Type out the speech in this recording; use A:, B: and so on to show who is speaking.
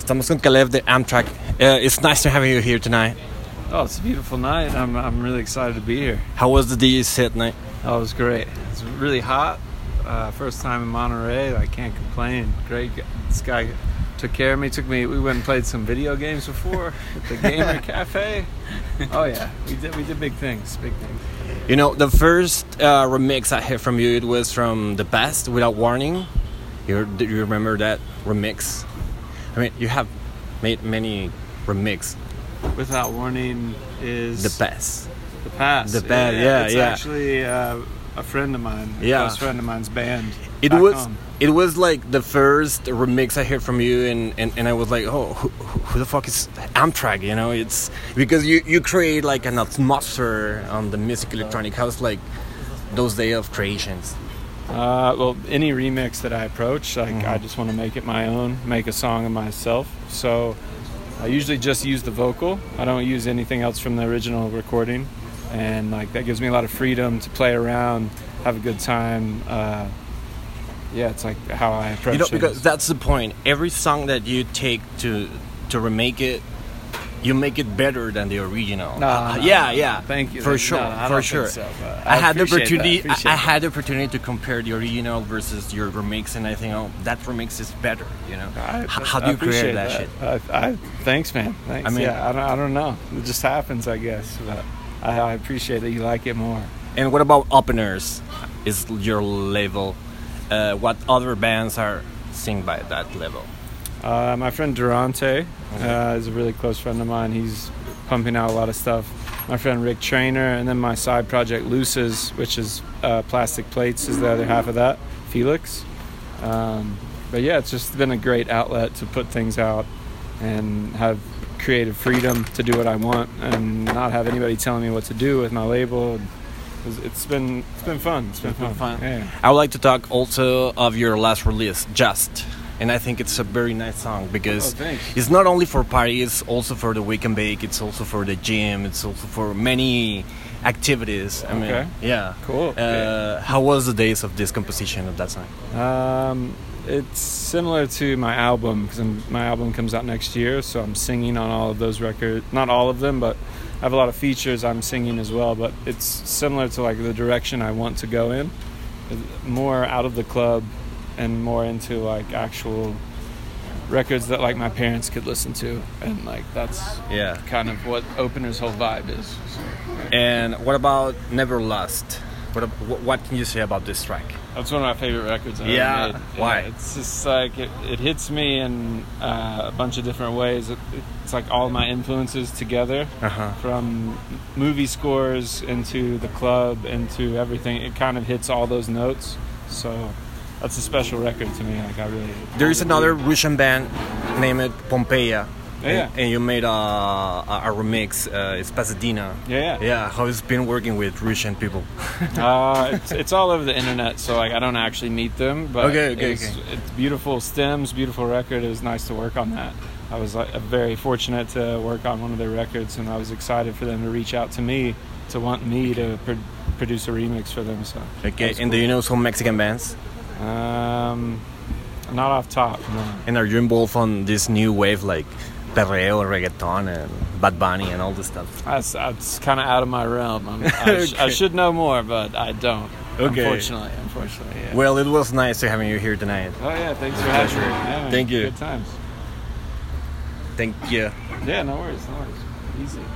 A: Thomas Gunkalev, the Amtrak. Uh, it's nice to have you here tonight.
B: Oh, it's a beautiful night. I'm, I'm really excited to be here.
A: How was the DJ set night?
B: Oh, it was great. It's really hot. Uh, first time in Monterey. I can't complain. Great. g- This guy took care of me. Took me. We went and played some video games before at the Gamer Cafe. Oh yeah, we did. We did big things. Big things.
A: You know, the first uh, remix I heard from you, it was from The Best, Without Warning. You, do you remember that remix? I mean, you have made many remix.
B: Without warning is
A: The Best.
B: The pass.
A: The Bad, yeah,
B: it's
A: yeah.
B: Actually, uh, a friend of mine. A
A: Yeah.
B: close friend of mine's band.
A: It
B: back
A: was
B: home.
A: it was like the first remix I heard from you, and, and, and I was like, oh, who, who who the fuck is Amtrak? You know, it's because you, you create like an atmosphere on the music electronic house, like those day of creations.
B: Uh, well, any remix that I approach, like I
A: Mm-hmm.
B: just want to make it my own, make a song of myself. So I usually just use the vocal. I don't use anything else from the original recording, and like that gives me a lot of freedom to play around, have a good time. Uh, yeah, it's like how I approach
A: you know
B: things.
A: because that's the point every song that you take to to remake it you make it better than the original
B: No,
A: Uh,
B: no,
A: yeah
B: no.
A: yeah
B: Thank you.
A: for
B: No,
A: sure
B: I
A: for
B: don't think
A: sure
B: so, but
A: I,
B: I
A: had the
B: appreciate that,
A: opportunity I,
B: appreciate
A: I had the opportunity to compare the original versus your remix and I think oh that remix is better you know
B: I,
A: H- how do you create
B: appreciate
A: that, shit
B: I, I, thanks, man.
A: I
B: Thanks. I
A: mean-
B: mean, yeah, I don't, I don't know. It just happens, I guess. But I, I appreciate that you like it more.
A: and what about openers is your level uh, what other bands are sing by that level
B: Uh, my friend Durante uh, is a really close friend of mine. He's pumping out a lot of stuff. My friend Rick Trainer, and then my side project Luces, which is uh, plastic plates, is the other half of that. Felix. Um, but yeah, it's just been a great outlet to put things out and have creative freedom to do what I want and not have anybody telling me what to do with my label. It's- It's been it's been fun. It's been,
A: been fun.
B: fun. Yeah.
A: I would like to talk also of your last release, Just. And I think it's a very nice song because
B: Oh, thanks.
A: it's not only for party, it's also for the weekend bake, it's also for the gym, it's also for many activities. I mean,
B: Okay.
A: yeah.
B: Cool.
A: Uh, how was the days of this composition of that song?
B: Um, it's similar to my album because my album comes out next year, so I'm singing on all of those records. Not all of them, but I have a lot of features I'm singing as well. But it's similar to like the direction I want to go in, more out of the club and more into like actual records that like my parents could listen to, and like that's
A: Yeah.
B: kind of what Opener's whole vibe is. So.
A: And what about Never Lost? What, ab- wh- what can you say about this track?
B: That's one of my favorite records. I've
A: Yeah.
B: ever made.
A: Why?
B: It's just like it, it hits me in uh, a bunch of different ways. It, it's like all my influences together,
A: Uh-huh.
B: from movie scores into the club into everything. It kind of hits all those notes. So that's a special record to me. Like I really.
A: There is another Russian band named Pompeia.
B: Yeah.
A: And, and you made a, a, a remix, uh, it's Pasadena.
B: Yeah, yeah.
A: Yeah, how it's been working with Russian people.
B: uh, it's, it's all over the internet, so like I don't actually meet them. But
A: Okay, okay,
B: it's,
A: okay.
B: it's beautiful stems, beautiful record. It was nice to work on that. I was like very fortunate to work on one of their records, and I was excited for them to reach out to me to want me to pro- produce a remix for them. So
A: Okay,
B: that's
A: and do you know some Mexican bands?
B: cool. um, not off top. No.
A: And are you involved on this new wave like perreo, reggaeton, and Bad Bunny and all this stuff?
B: That's, that's kind of out of my realm. I'm, I, sh- I
A: Okay.
B: should know more, but I don't.
A: Okay.
B: Unfortunately, unfortunately. Yeah.
A: Well, it was nice to having you here tonight.
B: oh yeah, thanks for having me. Yeah, man,
A: Thank you.
B: Good times.
A: Thank you.
B: Yeah, no worries, no worries. Easy.